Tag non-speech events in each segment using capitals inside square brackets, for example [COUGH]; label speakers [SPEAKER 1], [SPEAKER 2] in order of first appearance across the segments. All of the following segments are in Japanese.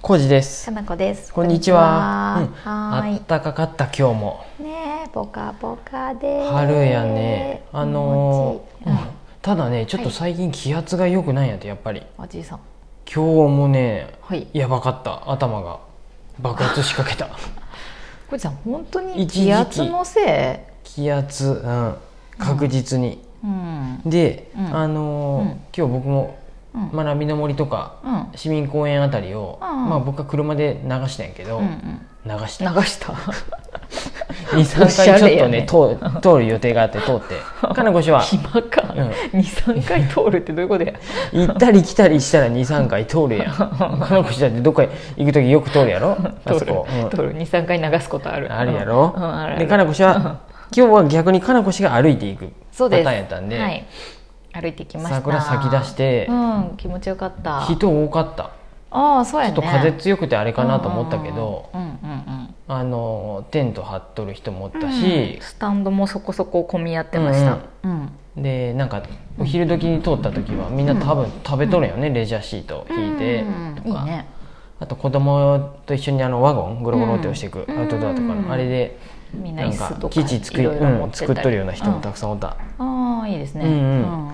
[SPEAKER 1] コージです
[SPEAKER 2] か。なこです。
[SPEAKER 1] こんにちは。
[SPEAKER 2] こんにち
[SPEAKER 1] うん
[SPEAKER 2] はは
[SPEAKER 1] あ
[SPEAKER 2] ーい
[SPEAKER 1] っ。たかかった今日も。
[SPEAKER 2] ねえ、ぽかぽかです。
[SPEAKER 1] 春やね。あのー
[SPEAKER 2] お餅
[SPEAKER 1] うんただね、ちょっと最近気圧が良くないんやってやっぱり。
[SPEAKER 2] うんおじいさん。
[SPEAKER 1] 今日もね、
[SPEAKER 2] はい。
[SPEAKER 1] やばかった。頭が爆発しかけ
[SPEAKER 2] [LAUGHS]
[SPEAKER 1] た。
[SPEAKER 2] こじさん、本当に
[SPEAKER 1] 一時期
[SPEAKER 2] 気圧のせ
[SPEAKER 1] 気圧、うん、確実に。
[SPEAKER 2] い。うん。
[SPEAKER 1] で、
[SPEAKER 2] うん
[SPEAKER 1] あのー
[SPEAKER 2] うん
[SPEAKER 1] 今日僕も
[SPEAKER 2] うん。
[SPEAKER 1] 学びの森とか
[SPEAKER 2] うん。うん
[SPEAKER 1] 市民公園あたりを、
[SPEAKER 2] うんうん
[SPEAKER 1] まあ僕は車で流したんやけど、
[SPEAKER 2] うん。
[SPEAKER 1] 流した。
[SPEAKER 2] 流した。
[SPEAKER 1] 23
[SPEAKER 2] おし
[SPEAKER 1] 回
[SPEAKER 2] ゃ
[SPEAKER 1] ちょ
[SPEAKER 2] れ
[SPEAKER 1] っ
[SPEAKER 2] や
[SPEAKER 1] と
[SPEAKER 2] ね
[SPEAKER 1] ね通通る予定があって通
[SPEAKER 2] [LAUGHS]
[SPEAKER 1] ってかなこ氏は
[SPEAKER 2] 暇か
[SPEAKER 1] うん。
[SPEAKER 2] 二三回通るってどういうことや。
[SPEAKER 1] 行ったり来たりしたら23回通
[SPEAKER 2] [LAUGHS]
[SPEAKER 1] るやんかなこ氏だってどっか行く時よく通るやろ [LAUGHS] あ
[SPEAKER 2] 通
[SPEAKER 1] そ
[SPEAKER 2] る
[SPEAKER 1] こ、うん。
[SPEAKER 2] [LAUGHS] 通る。二三回流すことある。
[SPEAKER 1] あるやろ、
[SPEAKER 2] うんうんあるある
[SPEAKER 1] でかなこ氏
[SPEAKER 2] [LAUGHS]
[SPEAKER 1] は今日は逆にかなこ氏が歩いていく
[SPEAKER 2] そ
[SPEAKER 1] パ
[SPEAKER 2] う
[SPEAKER 1] ター
[SPEAKER 2] です。
[SPEAKER 1] ンやったんで
[SPEAKER 2] はい。歩いてきました。
[SPEAKER 1] 桜咲き出して
[SPEAKER 2] うん、気持ちよかった。
[SPEAKER 1] 人多かった
[SPEAKER 2] ああ、そうや
[SPEAKER 1] ちょ
[SPEAKER 2] ね。
[SPEAKER 1] っと風強くてあれかなと思ったけど、
[SPEAKER 2] うんうんうん
[SPEAKER 1] あのテント張っとる人もおっ
[SPEAKER 2] うん
[SPEAKER 1] たし
[SPEAKER 2] うん、スタンドもそこそこ混み合ってました、うん
[SPEAKER 1] でなんかお昼時に通った時はみんな多分食べとるよね、レジャーシート引いてとか、
[SPEAKER 2] いいね
[SPEAKER 1] あと子供と一緒にあのワゴンゴロゴロって押していく、
[SPEAKER 2] うん
[SPEAKER 1] アウトドアとかの、
[SPEAKER 2] うん
[SPEAKER 1] あれで
[SPEAKER 2] みんな
[SPEAKER 1] な
[SPEAKER 2] 椅
[SPEAKER 1] んか
[SPEAKER 2] 子とか
[SPEAKER 1] 基地作
[SPEAKER 2] い
[SPEAKER 1] り
[SPEAKER 2] ろいろ持
[SPEAKER 1] う
[SPEAKER 2] っ
[SPEAKER 1] ん
[SPEAKER 2] て
[SPEAKER 1] 作
[SPEAKER 2] た
[SPEAKER 1] っ
[SPEAKER 2] り
[SPEAKER 1] とるような人も
[SPEAKER 2] ん
[SPEAKER 1] たくさんおった、
[SPEAKER 2] ああいいですね、
[SPEAKER 1] うんうん
[SPEAKER 2] ん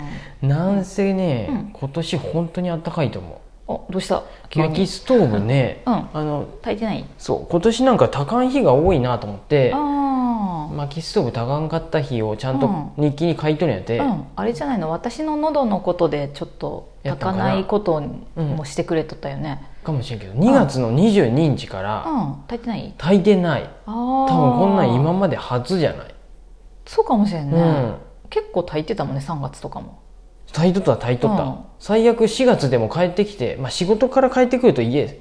[SPEAKER 1] なんせね、
[SPEAKER 2] うん
[SPEAKER 1] 今年本当にあったかいと思
[SPEAKER 2] おどうした
[SPEAKER 1] う
[SPEAKER 2] 急
[SPEAKER 1] 薪
[SPEAKER 2] に
[SPEAKER 1] ストーブね、
[SPEAKER 2] うん
[SPEAKER 1] あの
[SPEAKER 2] 炊いてない
[SPEAKER 1] そう今年なんか多感日が多いなと思って
[SPEAKER 2] ああ
[SPEAKER 1] 薪ストーブ多感かった日をちゃんと
[SPEAKER 2] う
[SPEAKER 1] 日記に書いとるんやって、
[SPEAKER 2] うん、あれじゃないの私の喉のことでちょっと
[SPEAKER 1] や
[SPEAKER 2] 炊
[SPEAKER 1] った
[SPEAKER 2] か
[SPEAKER 1] んかな
[SPEAKER 2] ないこと
[SPEAKER 1] うん
[SPEAKER 2] もしてくれとったよね、
[SPEAKER 1] かもしれんけど2月の22日か
[SPEAKER 2] う
[SPEAKER 1] ら
[SPEAKER 2] ん炊いてない
[SPEAKER 1] 炊いてない
[SPEAKER 2] ああ
[SPEAKER 1] 多分こんなん今まで初じゃない、
[SPEAKER 2] そうかもしれんね、
[SPEAKER 1] うん
[SPEAKER 2] 結構炊いてたもんね3月とかも
[SPEAKER 1] タイトったはタイトった、
[SPEAKER 2] うん
[SPEAKER 1] 最悪4月でも帰ってきて、まあ、仕事から帰ってくると家冷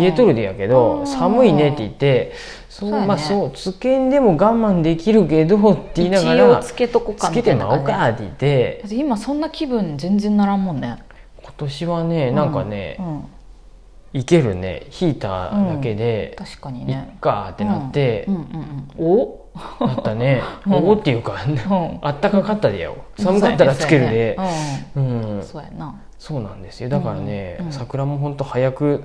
[SPEAKER 1] えと
[SPEAKER 2] る
[SPEAKER 1] るでやけど、
[SPEAKER 2] うん
[SPEAKER 1] 寒いねって言ってそう
[SPEAKER 2] そうやね
[SPEAKER 1] まあそうつけんでも我慢できるけど
[SPEAKER 2] [LAUGHS]
[SPEAKER 1] って言いなが
[SPEAKER 2] 一応
[SPEAKER 1] ら
[SPEAKER 2] つけとこか
[SPEAKER 1] つ
[SPEAKER 2] み
[SPEAKER 1] けて
[SPEAKER 2] たいな
[SPEAKER 1] まお
[SPEAKER 2] 感
[SPEAKER 1] う
[SPEAKER 2] じ
[SPEAKER 1] かって言って
[SPEAKER 2] だって今そんな気分全然ならんもんね
[SPEAKER 1] 今年はねなんかね
[SPEAKER 2] う、ん
[SPEAKER 1] いけるねヒーターだけで、
[SPEAKER 2] 確かに
[SPEAKER 1] い
[SPEAKER 2] ね
[SPEAKER 1] っかってなって、
[SPEAKER 2] うんうんうんお
[SPEAKER 1] なったね、
[SPEAKER 2] うん
[SPEAKER 1] おおっていうか、
[SPEAKER 2] ん
[SPEAKER 1] あったかかったでよ寒かったらつけるで、うん
[SPEAKER 2] そうやな
[SPEAKER 1] そうなんですよだからね、
[SPEAKER 2] うんうん
[SPEAKER 1] 桜もほんと早く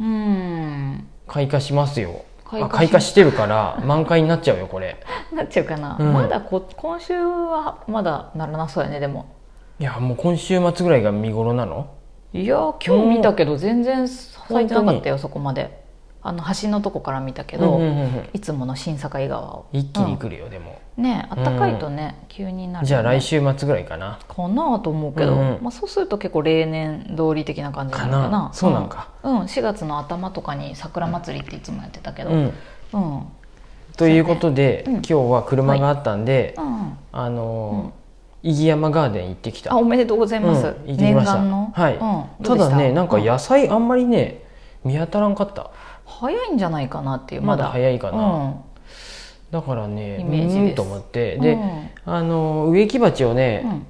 [SPEAKER 2] うん
[SPEAKER 1] 開花しますよ
[SPEAKER 2] 開
[SPEAKER 1] 開
[SPEAKER 2] 花し
[SPEAKER 1] 花開花してるから満開になっちゃうよこれ
[SPEAKER 2] なっちゃうかな
[SPEAKER 1] うん
[SPEAKER 2] まだこ今週はまだならなそうやねでも
[SPEAKER 1] いやもう今週末ぐらいが見頃なの
[SPEAKER 2] いやー今日見たけど全然咲いてなかったよそこまであの橋のとこから見たけ
[SPEAKER 1] うんうん
[SPEAKER 2] ど
[SPEAKER 1] うんうん
[SPEAKER 2] いつもの新境川を
[SPEAKER 1] 一気に来るよ、でも
[SPEAKER 2] うんねえあったかいとね急になるよね
[SPEAKER 1] じゃあ来週末ぐらいかな
[SPEAKER 2] かなと思うけど、
[SPEAKER 1] うんうん
[SPEAKER 2] まあ、そうすると結構例年通り的な感じな
[SPEAKER 1] か
[SPEAKER 2] の
[SPEAKER 1] な
[SPEAKER 2] かな
[SPEAKER 1] そうなんか、
[SPEAKER 2] うん、4月の頭とかに桜祭りっていつもやってたけど、
[SPEAKER 1] う
[SPEAKER 2] うん
[SPEAKER 1] ん
[SPEAKER 2] うん
[SPEAKER 1] ということで、
[SPEAKER 2] うん
[SPEAKER 1] 今日は車があったんで、
[SPEAKER 2] うん
[SPEAKER 1] あのー飯山ガーデン行ってきた
[SPEAKER 2] あおめでとうございます、
[SPEAKER 1] うん行ってき
[SPEAKER 2] 念
[SPEAKER 1] ました
[SPEAKER 2] 願の、
[SPEAKER 1] はい
[SPEAKER 2] うん
[SPEAKER 1] た
[SPEAKER 2] どうでし
[SPEAKER 1] だ
[SPEAKER 2] た
[SPEAKER 1] ねなんか
[SPEAKER 2] う
[SPEAKER 1] 野菜あんまりね見当たらんかった
[SPEAKER 2] 早いんじゃないかなっていう
[SPEAKER 1] ま
[SPEAKER 2] まだ
[SPEAKER 1] だ早いかな、
[SPEAKER 2] うん
[SPEAKER 1] だからね
[SPEAKER 2] イメージです
[SPEAKER 1] うーんと思ってで、
[SPEAKER 2] うん
[SPEAKER 1] あのー植木鉢をね、
[SPEAKER 2] うん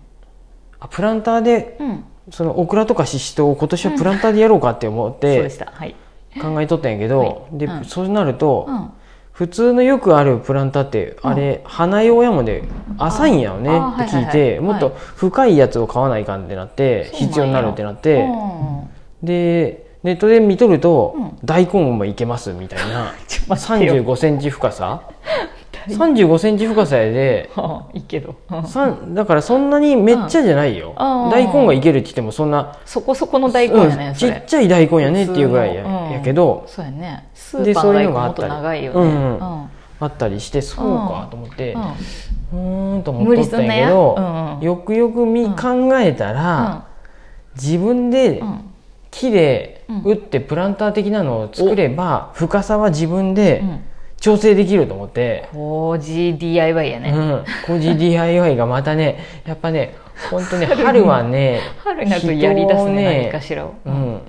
[SPEAKER 1] あプランターで
[SPEAKER 2] うん
[SPEAKER 1] そのオクラとかシシトウを今年はプランターでやろうかって思っ
[SPEAKER 2] そうで
[SPEAKER 1] て
[SPEAKER 2] したはい、
[SPEAKER 1] 考えとったんやけど、
[SPEAKER 2] はい
[SPEAKER 1] で、
[SPEAKER 2] うん
[SPEAKER 1] そうなると、
[SPEAKER 2] うん
[SPEAKER 1] 普通のよくあるプランターってあれ、花用やもんで浅いんやよね
[SPEAKER 2] ああ
[SPEAKER 1] って聞いて、
[SPEAKER 2] はいはいはい
[SPEAKER 1] もっと深いやつを買わないかんってなって、
[SPEAKER 2] そうなんや
[SPEAKER 1] 必要になるってなって、
[SPEAKER 2] うん
[SPEAKER 1] でネットで見とると、
[SPEAKER 2] う
[SPEAKER 1] 大根もいけますみたいな
[SPEAKER 2] [LAUGHS] ちょっと待ってよ
[SPEAKER 1] 3 5センチ深さ3 5ンチ深さやで
[SPEAKER 2] はあいいけど、うん
[SPEAKER 1] さんだからそんなにめっちゃじゃないよ、
[SPEAKER 2] うんああ
[SPEAKER 1] 大根がいけるって言ってもそんな
[SPEAKER 2] そこそこの大根やね、
[SPEAKER 1] うん
[SPEAKER 2] そ
[SPEAKER 1] ち
[SPEAKER 2] れ
[SPEAKER 1] っちゃい大根やねっていうぐらいや,、
[SPEAKER 2] 普通のうん
[SPEAKER 1] やけど
[SPEAKER 2] そうやねス
[SPEAKER 1] で
[SPEAKER 2] ーパーの
[SPEAKER 1] そういう
[SPEAKER 2] 大根
[SPEAKER 1] のが
[SPEAKER 2] も
[SPEAKER 1] あ
[SPEAKER 2] っ
[SPEAKER 1] った
[SPEAKER 2] と
[SPEAKER 1] り
[SPEAKER 2] 長いよ
[SPEAKER 1] うん
[SPEAKER 2] ね、
[SPEAKER 1] うん
[SPEAKER 2] うん
[SPEAKER 1] あったりしてそうかと思って
[SPEAKER 2] うん
[SPEAKER 1] うーんと思
[SPEAKER 2] 無
[SPEAKER 1] っと
[SPEAKER 2] 理
[SPEAKER 1] っ
[SPEAKER 2] す
[SPEAKER 1] たん
[SPEAKER 2] ん
[SPEAKER 1] や
[SPEAKER 2] な
[SPEAKER 1] け
[SPEAKER 2] よ
[SPEAKER 1] ど、、
[SPEAKER 2] うん
[SPEAKER 1] よくよくみ、
[SPEAKER 2] うん
[SPEAKER 1] 考えたら、自分で
[SPEAKER 2] うん
[SPEAKER 1] 木で
[SPEAKER 2] うん
[SPEAKER 1] 打ってプランター的なのを作れば、深さは自分で
[SPEAKER 2] うん
[SPEAKER 1] 調整できると思って、
[SPEAKER 2] 工事 DIY や
[SPEAKER 1] う
[SPEAKER 2] ね、
[SPEAKER 1] ん、工事 DIY がまた
[SPEAKER 2] [LAUGHS]
[SPEAKER 1] ねやっぱね本当ね春はね、
[SPEAKER 2] 春になるとやりだす
[SPEAKER 1] 人を
[SPEAKER 2] ね
[SPEAKER 1] ね
[SPEAKER 2] 何かしらを、
[SPEAKER 1] うん、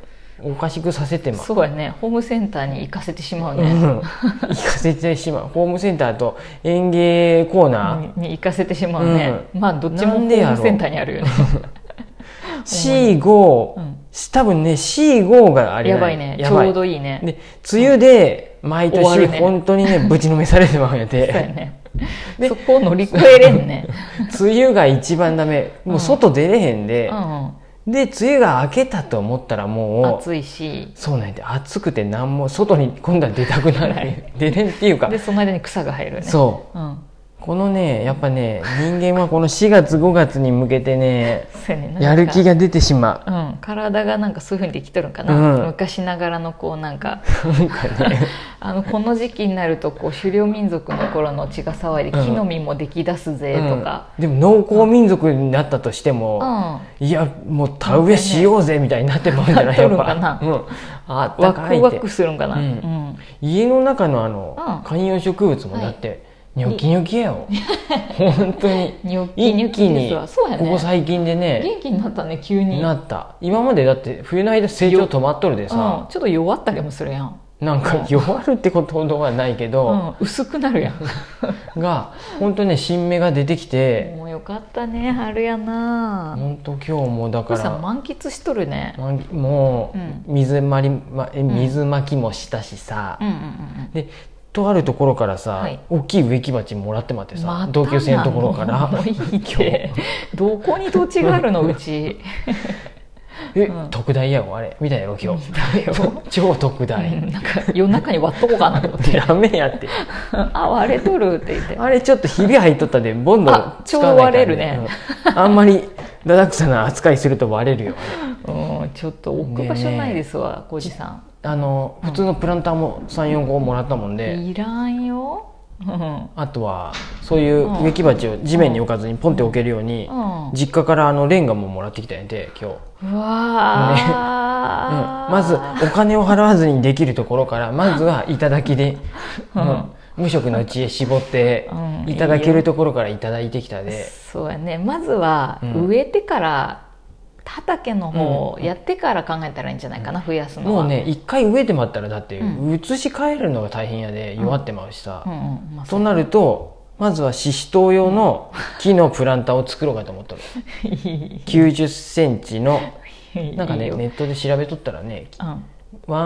[SPEAKER 1] おかしくさせてます。
[SPEAKER 2] そうやねホームセンターに行かせてしまう
[SPEAKER 1] う
[SPEAKER 2] ね、
[SPEAKER 1] ん行かせてしまうホームセンターと園芸コーナー、
[SPEAKER 2] に行かせてしまうね、まあどっちもホ
[SPEAKER 1] なんでや
[SPEAKER 2] ー
[SPEAKER 1] ろ
[SPEAKER 2] ムセンターにあるよね、う
[SPEAKER 1] C5
[SPEAKER 2] ん
[SPEAKER 1] 多分ね C5 が [LAUGHS] あれ
[SPEAKER 2] やばいねち
[SPEAKER 1] やばい
[SPEAKER 2] ょうどいいね
[SPEAKER 1] で梅雨で毎
[SPEAKER 2] 終わ
[SPEAKER 1] 年
[SPEAKER 2] るね
[SPEAKER 1] 本当に
[SPEAKER 2] [LAUGHS]
[SPEAKER 1] ねぶちのめされてまうんや
[SPEAKER 2] そうや
[SPEAKER 1] て [LAUGHS]
[SPEAKER 2] ねそこを乗り越えれんね、
[SPEAKER 1] 梅雨が一番ダメもう外出れへんで
[SPEAKER 2] う、んうん
[SPEAKER 1] で梅雨が明けたと思ったらもう
[SPEAKER 2] 暑いし
[SPEAKER 1] そうなんで暑くて何も外に今度は出たく
[SPEAKER 2] [LAUGHS]
[SPEAKER 1] ない、
[SPEAKER 2] はい
[SPEAKER 1] 出れんっていうか
[SPEAKER 2] でその間に草が生えるよねう、、
[SPEAKER 1] そうんこのねやっぱね人間はこの4月5月に向けてね
[SPEAKER 2] そうやねなんか
[SPEAKER 1] やる気が出てしま
[SPEAKER 2] うん、体がなんかそういうふうにできとるんかな、
[SPEAKER 1] うん
[SPEAKER 2] 昔ながらのこうなんか
[SPEAKER 1] うなんかね
[SPEAKER 2] [LAUGHS] あのこの時期になるとこう狩猟民族の頃の血が騒いで
[SPEAKER 1] うん
[SPEAKER 2] 木の実もでき出すぜとか、
[SPEAKER 1] うんでも農耕民族になったとして
[SPEAKER 2] うん
[SPEAKER 1] も、いやもう田植えしようぜみたいになってまうんじゃな
[SPEAKER 2] [LAUGHS]
[SPEAKER 1] い
[SPEAKER 2] な
[SPEAKER 1] やっ
[SPEAKER 2] っとるん
[SPEAKER 1] ぱ
[SPEAKER 2] かな
[SPEAKER 1] うん、あった
[SPEAKER 2] ワ
[SPEAKER 1] かい
[SPEAKER 2] ク
[SPEAKER 1] っ
[SPEAKER 2] ワ
[SPEAKER 1] て
[SPEAKER 2] クするんかな、
[SPEAKER 1] う
[SPEAKER 2] うんん
[SPEAKER 1] 家の中のあの、
[SPEAKER 2] うん
[SPEAKER 1] 観葉植物もだって、ニョキニョキや
[SPEAKER 2] [LAUGHS]
[SPEAKER 1] よ本当に
[SPEAKER 2] ニョッキニ
[SPEAKER 1] 一
[SPEAKER 2] ョ
[SPEAKER 1] 気
[SPEAKER 2] ッキ
[SPEAKER 1] に
[SPEAKER 2] です
[SPEAKER 1] こ
[SPEAKER 2] わそうやね
[SPEAKER 1] こ最近でね
[SPEAKER 2] 元気になったね急に
[SPEAKER 1] なった今までだって冬の間成長止まっとるで
[SPEAKER 2] うん
[SPEAKER 1] さ、
[SPEAKER 2] ちょっと弱ったりもするやん、
[SPEAKER 1] なんか弱るってことほどはないけ
[SPEAKER 2] う
[SPEAKER 1] ど、
[SPEAKER 2] ん、薄くな
[SPEAKER 1] [LAUGHS]
[SPEAKER 2] るやん
[SPEAKER 1] が本当ね新芽が出てきて、
[SPEAKER 2] もうよかったね春やな
[SPEAKER 1] 本当今日もだか
[SPEAKER 2] 福さ
[SPEAKER 1] ら
[SPEAKER 2] ん満喫しとるね
[SPEAKER 1] まもう水まり、ま、え水まきもしたしさ、
[SPEAKER 2] うんうんうん
[SPEAKER 1] でとあるところからさ、
[SPEAKER 2] はい
[SPEAKER 1] 大きい植木鉢もらってまって
[SPEAKER 2] うん
[SPEAKER 1] さ、
[SPEAKER 2] またな
[SPEAKER 1] 同級生のところから
[SPEAKER 2] [LAUGHS] もういいってどこに土地があるのうち
[SPEAKER 1] 「え、
[SPEAKER 2] うん
[SPEAKER 1] 特大やよあれ」みたいな今日
[SPEAKER 2] みたいよ
[SPEAKER 1] [LAUGHS] 超特
[SPEAKER 2] う
[SPEAKER 1] 大
[SPEAKER 2] んなんか夜中に割っとこうかなと思って
[SPEAKER 1] ダメやって
[SPEAKER 2] あ割れとるって言って
[SPEAKER 1] あれちょっとひび入っとったでボンド
[SPEAKER 2] あ
[SPEAKER 1] 使わないから
[SPEAKER 2] 超割れるね
[SPEAKER 1] うんあんまりだだくさな扱いすると割れるよ
[SPEAKER 2] うんちょっと置く場所ないですわ浩二さ
[SPEAKER 1] あの普通のプランターも34個もらったもん
[SPEAKER 2] ん
[SPEAKER 1] で、
[SPEAKER 2] いらんようん
[SPEAKER 1] あとはそういう植木鉢を地面に置かずにポンって置けるように、
[SPEAKER 2] うん
[SPEAKER 1] 実家からあのレンガももらってきたんやで今日、
[SPEAKER 2] う
[SPEAKER 1] うん
[SPEAKER 2] わあ、
[SPEAKER 1] まずお金を払わずにできるところ
[SPEAKER 2] [LAUGHS]
[SPEAKER 1] からまずは頂きで、うん無職の知恵絞って
[SPEAKER 2] うん
[SPEAKER 1] いただけるところから頂いてきたで、
[SPEAKER 2] そうやねまずは
[SPEAKER 1] うん
[SPEAKER 2] 植えてから、畑の方を
[SPEAKER 1] うん
[SPEAKER 2] やってから考えたらいいんじゃないかな、増やすのは
[SPEAKER 1] もうね一回植えてまったらだって
[SPEAKER 2] う
[SPEAKER 1] 移し替えるのが大変やで弱ってまうしさ、
[SPEAKER 2] うんうんまあ、そ
[SPEAKER 1] となるとまずはシシトウ用の木のプランターを作ろうかと思っと
[SPEAKER 2] [LAUGHS]
[SPEAKER 1] る9 0ンチのなんか
[SPEAKER 2] いい
[SPEAKER 1] ね
[SPEAKER 2] よ
[SPEAKER 1] ネットで調べとったらね
[SPEAKER 2] うん、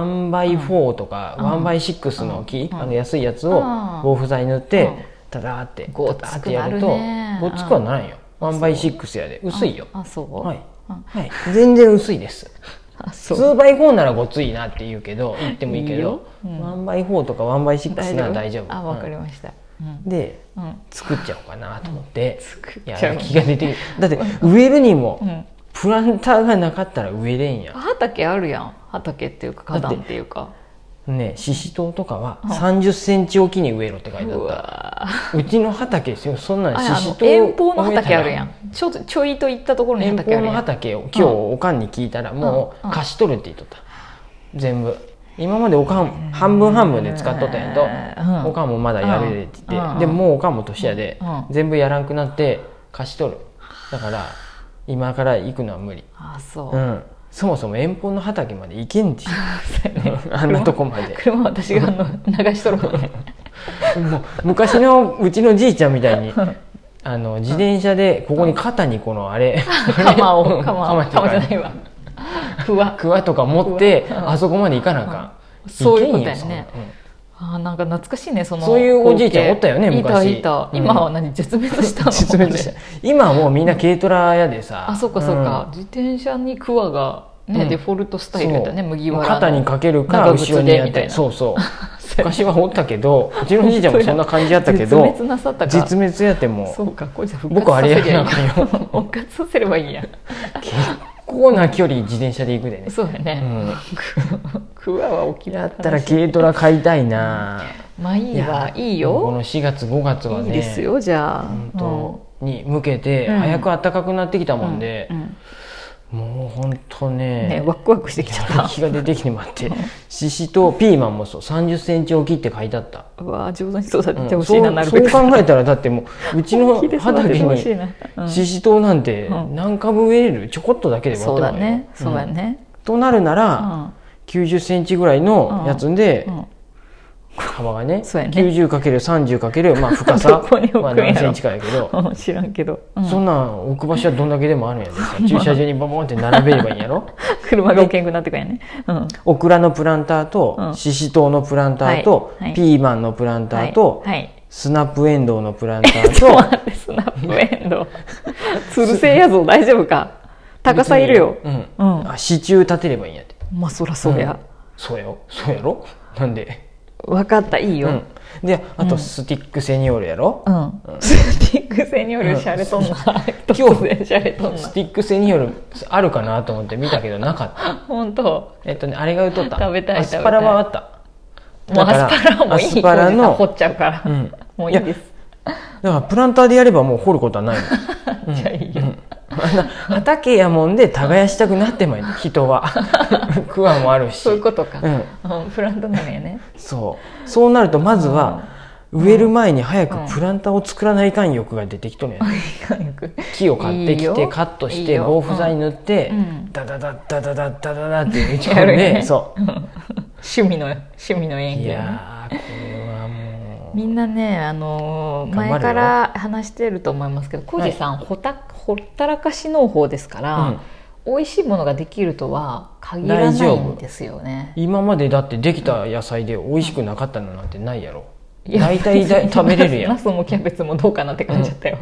[SPEAKER 1] 1x4 とか
[SPEAKER 2] うん
[SPEAKER 1] 1x6 の木、
[SPEAKER 2] うん
[SPEAKER 1] あの安いやつを
[SPEAKER 2] うん
[SPEAKER 1] 防腐剤塗って、
[SPEAKER 2] うん
[SPEAKER 1] タダーって
[SPEAKER 2] ごっ
[SPEAKER 1] タ
[SPEAKER 2] つくなるね
[SPEAKER 1] ダーってやるとごっつくはならんよ
[SPEAKER 2] そう
[SPEAKER 1] 1x6 やで薄いよ、
[SPEAKER 2] ああそう、
[SPEAKER 1] はい
[SPEAKER 2] あ
[SPEAKER 1] はい、全然薄いです
[SPEAKER 2] あそう
[SPEAKER 1] 2x4 ならごついなって言うけど言ってもいいけ
[SPEAKER 2] いいよ
[SPEAKER 1] ど、
[SPEAKER 2] うん
[SPEAKER 1] 1x4 とか 1x6 なら大丈夫
[SPEAKER 2] あわかり
[SPEAKER 1] ま
[SPEAKER 2] ました、うん
[SPEAKER 1] で
[SPEAKER 2] うん、
[SPEAKER 1] 作っちゃおうかなと思って、
[SPEAKER 2] 作っ
[SPEAKER 1] いや
[SPEAKER 2] ちゃう
[SPEAKER 1] 気が出てきだって植えるにも、
[SPEAKER 2] うん、
[SPEAKER 1] プランターがなかったら植えれんや
[SPEAKER 2] 畑あるやん畑っていうか花壇っていうか
[SPEAKER 1] ねシシトウとかは
[SPEAKER 2] うん
[SPEAKER 1] 3 0ンチおきに植えろって書いてあ
[SPEAKER 2] う
[SPEAKER 1] った
[SPEAKER 2] わー
[SPEAKER 1] うちの畑ですよそんなん
[SPEAKER 2] あ
[SPEAKER 1] し
[SPEAKER 2] あ
[SPEAKER 1] し
[SPEAKER 2] の
[SPEAKER 1] とう
[SPEAKER 2] 遠方の畑あるやんちょっとちょいと行ったところに
[SPEAKER 1] 遠
[SPEAKER 2] 畑あ
[SPEAKER 1] 方
[SPEAKER 2] る
[SPEAKER 1] の
[SPEAKER 2] やん
[SPEAKER 1] 畑を今日おかんに聞いたらも
[SPEAKER 2] う
[SPEAKER 1] うん貸し取るって言っとった全部今までおかん半分半分で使っとったんやと、
[SPEAKER 2] うん
[SPEAKER 1] おかんもまだやるでって言って、
[SPEAKER 2] うん
[SPEAKER 1] でもうおかんも年やで、
[SPEAKER 2] うん
[SPEAKER 1] 全部やらんくなって貸し取るだから今から行くのは無理、
[SPEAKER 2] あそう、
[SPEAKER 1] う
[SPEAKER 2] [LAUGHS]
[SPEAKER 1] ん、そもそも遠方の畑まで行けんでしょ
[SPEAKER 2] そうやね
[SPEAKER 1] あんなとこまで
[SPEAKER 2] 車私があの流しとるも
[SPEAKER 1] [LAUGHS]
[SPEAKER 2] んね
[SPEAKER 1] もう昔のうちのじいちゃんみたいにあの自転車でここに肩にこのあれ
[SPEAKER 2] 鎌を
[SPEAKER 1] うん
[SPEAKER 2] 鎌を
[SPEAKER 1] 鎌と
[SPEAKER 2] 鎌
[SPEAKER 1] か
[SPEAKER 2] じゃないわくわ
[SPEAKER 1] クワとか持って
[SPEAKER 2] うん
[SPEAKER 1] あそこまで行かなあかん
[SPEAKER 2] うんそういうことやね
[SPEAKER 1] けんよそんな
[SPEAKER 2] あーなんか懐かしいねその
[SPEAKER 1] そういうおじいちゃんおったよね
[SPEAKER 2] 光景
[SPEAKER 1] 昔
[SPEAKER 2] いたいた
[SPEAKER 1] うん
[SPEAKER 2] 今は何絶滅した
[SPEAKER 1] うん
[SPEAKER 2] の
[SPEAKER 1] 絶滅した今はもうみんな軽トラやでさ
[SPEAKER 2] あそうかそうか、自転車にクワがね、
[SPEAKER 1] うん
[SPEAKER 2] デフォルトスタイルだね
[SPEAKER 1] そう
[SPEAKER 2] 麦わらの
[SPEAKER 1] 肩にかけるか
[SPEAKER 2] 長靴で
[SPEAKER 1] 後ろにやっ
[SPEAKER 2] みたい
[SPEAKER 1] て
[SPEAKER 2] な [LAUGHS]
[SPEAKER 1] そうそう
[SPEAKER 2] そうやね
[SPEAKER 1] 昔はおったけどうちのじいちゃ
[SPEAKER 2] [LAUGHS]
[SPEAKER 1] んもそんな感じやったけど
[SPEAKER 2] 絶滅なさったか
[SPEAKER 1] 絶滅やっても
[SPEAKER 2] そうかこれじゃ復活
[SPEAKER 1] 僕あ
[SPEAKER 2] さ
[SPEAKER 1] れ
[SPEAKER 2] せ
[SPEAKER 1] や
[SPEAKER 2] りゃ
[SPEAKER 1] ら
[SPEAKER 2] いい
[SPEAKER 1] な
[SPEAKER 2] や
[SPEAKER 1] あかんよ
[SPEAKER 2] [LAUGHS] 復活させればいいや
[SPEAKER 1] 結構な距離自転車で行くでね
[SPEAKER 2] そうやね、クワは起き
[SPEAKER 1] やったら軽トラ買いたいな
[SPEAKER 2] まあいいわ
[SPEAKER 1] や
[SPEAKER 2] いい
[SPEAKER 1] こ
[SPEAKER 2] よ
[SPEAKER 1] の4月5月はいね
[SPEAKER 2] いですよじゃあ
[SPEAKER 1] 本当に向けて
[SPEAKER 2] うん
[SPEAKER 1] 早く暖かくなってきた
[SPEAKER 2] う
[SPEAKER 1] もんで
[SPEAKER 2] う、ん
[SPEAKER 1] もう本当
[SPEAKER 2] ね
[SPEAKER 1] ね
[SPEAKER 2] ワクワクしてきちゃっ
[SPEAKER 1] やる
[SPEAKER 2] た
[SPEAKER 1] 気が出てきて待ってししとうピーマンもそう3 0ンチ置きって書いてあった、
[SPEAKER 2] うわ上手に育て
[SPEAKER 1] うん
[SPEAKER 2] てほし
[SPEAKER 1] そ
[SPEAKER 2] いうな、なるべく
[SPEAKER 1] そう考えたらだってもううちの
[SPEAKER 2] 本気で育
[SPEAKER 1] 畑
[SPEAKER 2] ててほしい
[SPEAKER 1] に
[SPEAKER 2] なうん
[SPEAKER 1] ししとうなんて
[SPEAKER 2] うん
[SPEAKER 1] 何株植えれるちょこっとだけで終わ
[SPEAKER 2] そ
[SPEAKER 1] っ
[SPEAKER 2] う
[SPEAKER 1] てま
[SPEAKER 2] だ
[SPEAKER 1] うよ
[SPEAKER 2] ねそうだ
[SPEAKER 1] ん
[SPEAKER 2] ね
[SPEAKER 1] となるな
[SPEAKER 2] う
[SPEAKER 1] ら
[SPEAKER 2] ん
[SPEAKER 1] 9 0ンチぐらいのやつんで、
[SPEAKER 2] うん
[SPEAKER 1] 幅がね
[SPEAKER 2] そうやね
[SPEAKER 1] 90×30× まあ深さ
[SPEAKER 2] [LAUGHS] どこに置くんやろ
[SPEAKER 1] まあ、何センチかやけど、
[SPEAKER 2] うん [LAUGHS] 知らんけどうん
[SPEAKER 1] そんなん置く場所はどんだけでもあるんや
[SPEAKER 2] [LAUGHS]
[SPEAKER 1] でさ駐車場にボボンって並べればいいんやろ
[SPEAKER 2] 車が置けんくなってくんやねうん
[SPEAKER 1] オクラのプランター
[SPEAKER 2] う
[SPEAKER 1] と
[SPEAKER 2] ん
[SPEAKER 1] シシトウのプランターと、
[SPEAKER 2] はいはい
[SPEAKER 1] ピーマンのプランターと、
[SPEAKER 2] はいはい
[SPEAKER 1] スナップエンドウ
[SPEAKER 2] [LAUGHS]
[SPEAKER 1] のプランタ
[SPEAKER 2] ちょっ
[SPEAKER 1] ーと [LAUGHS]
[SPEAKER 2] と待ってスナップエンドウつるせえやぞ大丈夫か高さいるよ
[SPEAKER 1] うん、
[SPEAKER 2] うん
[SPEAKER 1] あ支柱立てればいいんやって
[SPEAKER 2] まあそらそう
[SPEAKER 1] うん
[SPEAKER 2] や、
[SPEAKER 1] そうやろそうやろなんで
[SPEAKER 2] 分かったいいよ、うん
[SPEAKER 1] うん、であとスティックセニオールやろ、
[SPEAKER 2] スティック性によるシャレとんな、
[SPEAKER 1] 今
[SPEAKER 2] 突然シャレとんな
[SPEAKER 1] スティックセニオールあるかなと思って見たけどなかった
[SPEAKER 2] 本当
[SPEAKER 1] えっとねあれが売っとった
[SPEAKER 2] 食べたい
[SPEAKER 1] アスパラはあった
[SPEAKER 2] も
[SPEAKER 1] だ
[SPEAKER 2] う
[SPEAKER 1] から
[SPEAKER 2] アスパラもいい
[SPEAKER 1] アスパラの
[SPEAKER 2] 掘っちゃうから、
[SPEAKER 1] うん
[SPEAKER 2] もういいです
[SPEAKER 1] だからプランターでやればもう掘ることは
[SPEAKER 2] [LAUGHS]
[SPEAKER 1] ないのうん
[SPEAKER 2] じゃあいいよ
[SPEAKER 1] うんあんな畑やもんで耕したくなってまいる人
[SPEAKER 2] [LAUGHS]
[SPEAKER 1] はクワもあるし
[SPEAKER 2] そういうことか、
[SPEAKER 1] うん
[SPEAKER 2] うんプラントなのやね [LAUGHS]
[SPEAKER 1] そうそうなるとまずは植える前に早くプランターを作らないかん欲が出てきとるんやね、木を買って
[SPEAKER 2] いい
[SPEAKER 1] き
[SPEAKER 2] よ
[SPEAKER 1] てカットし
[SPEAKER 2] いい
[SPEAKER 1] て
[SPEAKER 2] よ
[SPEAKER 1] 防腐剤塗って
[SPEAKER 2] うん
[SPEAKER 1] ダダダダダダダダダって打ち
[SPEAKER 2] や
[SPEAKER 1] 込ん
[SPEAKER 2] [LAUGHS] る
[SPEAKER 1] で
[SPEAKER 2] ね
[SPEAKER 1] そ
[SPEAKER 2] うん趣味の趣味の
[SPEAKER 1] う
[SPEAKER 2] 演
[SPEAKER 1] い
[SPEAKER 2] 技やね
[SPEAKER 1] やーこれはも
[SPEAKER 2] みんなね、あの
[SPEAKER 1] 頑
[SPEAKER 2] ー
[SPEAKER 1] 張るよ
[SPEAKER 2] 前から話してると思いますけど浩二さん、ほたほったらかし農法ですから、美味しいものができるとは限ら
[SPEAKER 1] 大
[SPEAKER 2] な
[SPEAKER 1] 丈
[SPEAKER 2] い
[SPEAKER 1] 夫
[SPEAKER 2] んですよね
[SPEAKER 1] う今までだってできた野菜で美味しくなかったのなんてないやろ
[SPEAKER 2] いや
[SPEAKER 1] 大体だ食べれるや
[SPEAKER 2] ナ
[SPEAKER 1] ん
[SPEAKER 2] スもキャベツもどうかなって感じだったよ、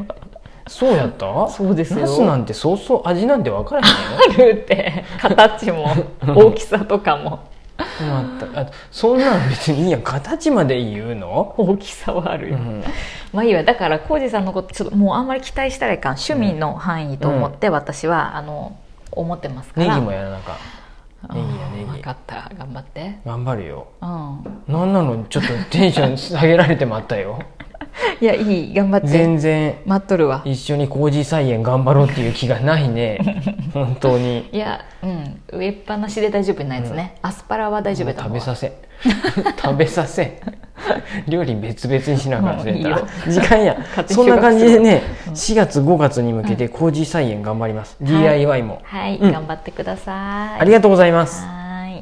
[SPEAKER 1] そうやった
[SPEAKER 2] そうですよ
[SPEAKER 1] ナスなんてそうそう味なんて分からへ
[SPEAKER 2] [LAUGHS]
[SPEAKER 1] んよ
[SPEAKER 2] あるって形も大きさとかも
[SPEAKER 1] まったあそんなん別にいいやん形まで言うの、
[SPEAKER 2] 大きさはある
[SPEAKER 1] う
[SPEAKER 2] よ、
[SPEAKER 1] ん
[SPEAKER 2] まあいいわだから浩二さんのことちょっともうあんまり期待したらいかん趣味の範囲と思って私は、あの思ってますか
[SPEAKER 1] ネ
[SPEAKER 2] ら
[SPEAKER 1] ギもやらなあかんネギやネギ
[SPEAKER 2] 分かった頑張って
[SPEAKER 1] 頑張るよ
[SPEAKER 2] うん
[SPEAKER 1] なんなのちょっとテンション下げられてまった
[SPEAKER 2] [LAUGHS]
[SPEAKER 1] よ
[SPEAKER 2] いやいい頑張って
[SPEAKER 1] 全然
[SPEAKER 2] 待っとるわ
[SPEAKER 1] 一緒に工事菜園頑張ろうっていう気がない
[SPEAKER 2] [LAUGHS]
[SPEAKER 1] ね本当に
[SPEAKER 2] いやうん植えっぱなしで大丈夫なやつね、アスパラは大丈夫だと
[SPEAKER 1] 食
[SPEAKER 2] 思う
[SPEAKER 1] べさせ [LAUGHS] 食べさ
[SPEAKER 2] [LAUGHS]
[SPEAKER 1] せ料理別々にしながら
[SPEAKER 2] もう
[SPEAKER 1] せ
[SPEAKER 2] いい
[SPEAKER 1] た
[SPEAKER 2] よ
[SPEAKER 1] ら時間や
[SPEAKER 2] 勝手に
[SPEAKER 1] そんな感じでね
[SPEAKER 2] うん
[SPEAKER 1] 4月5月に向けて工事菜園頑張ります、
[SPEAKER 2] い
[SPEAKER 1] DIY も
[SPEAKER 2] はい、
[SPEAKER 1] うん
[SPEAKER 2] 頑張ってください
[SPEAKER 1] ありがとうございます
[SPEAKER 2] はーい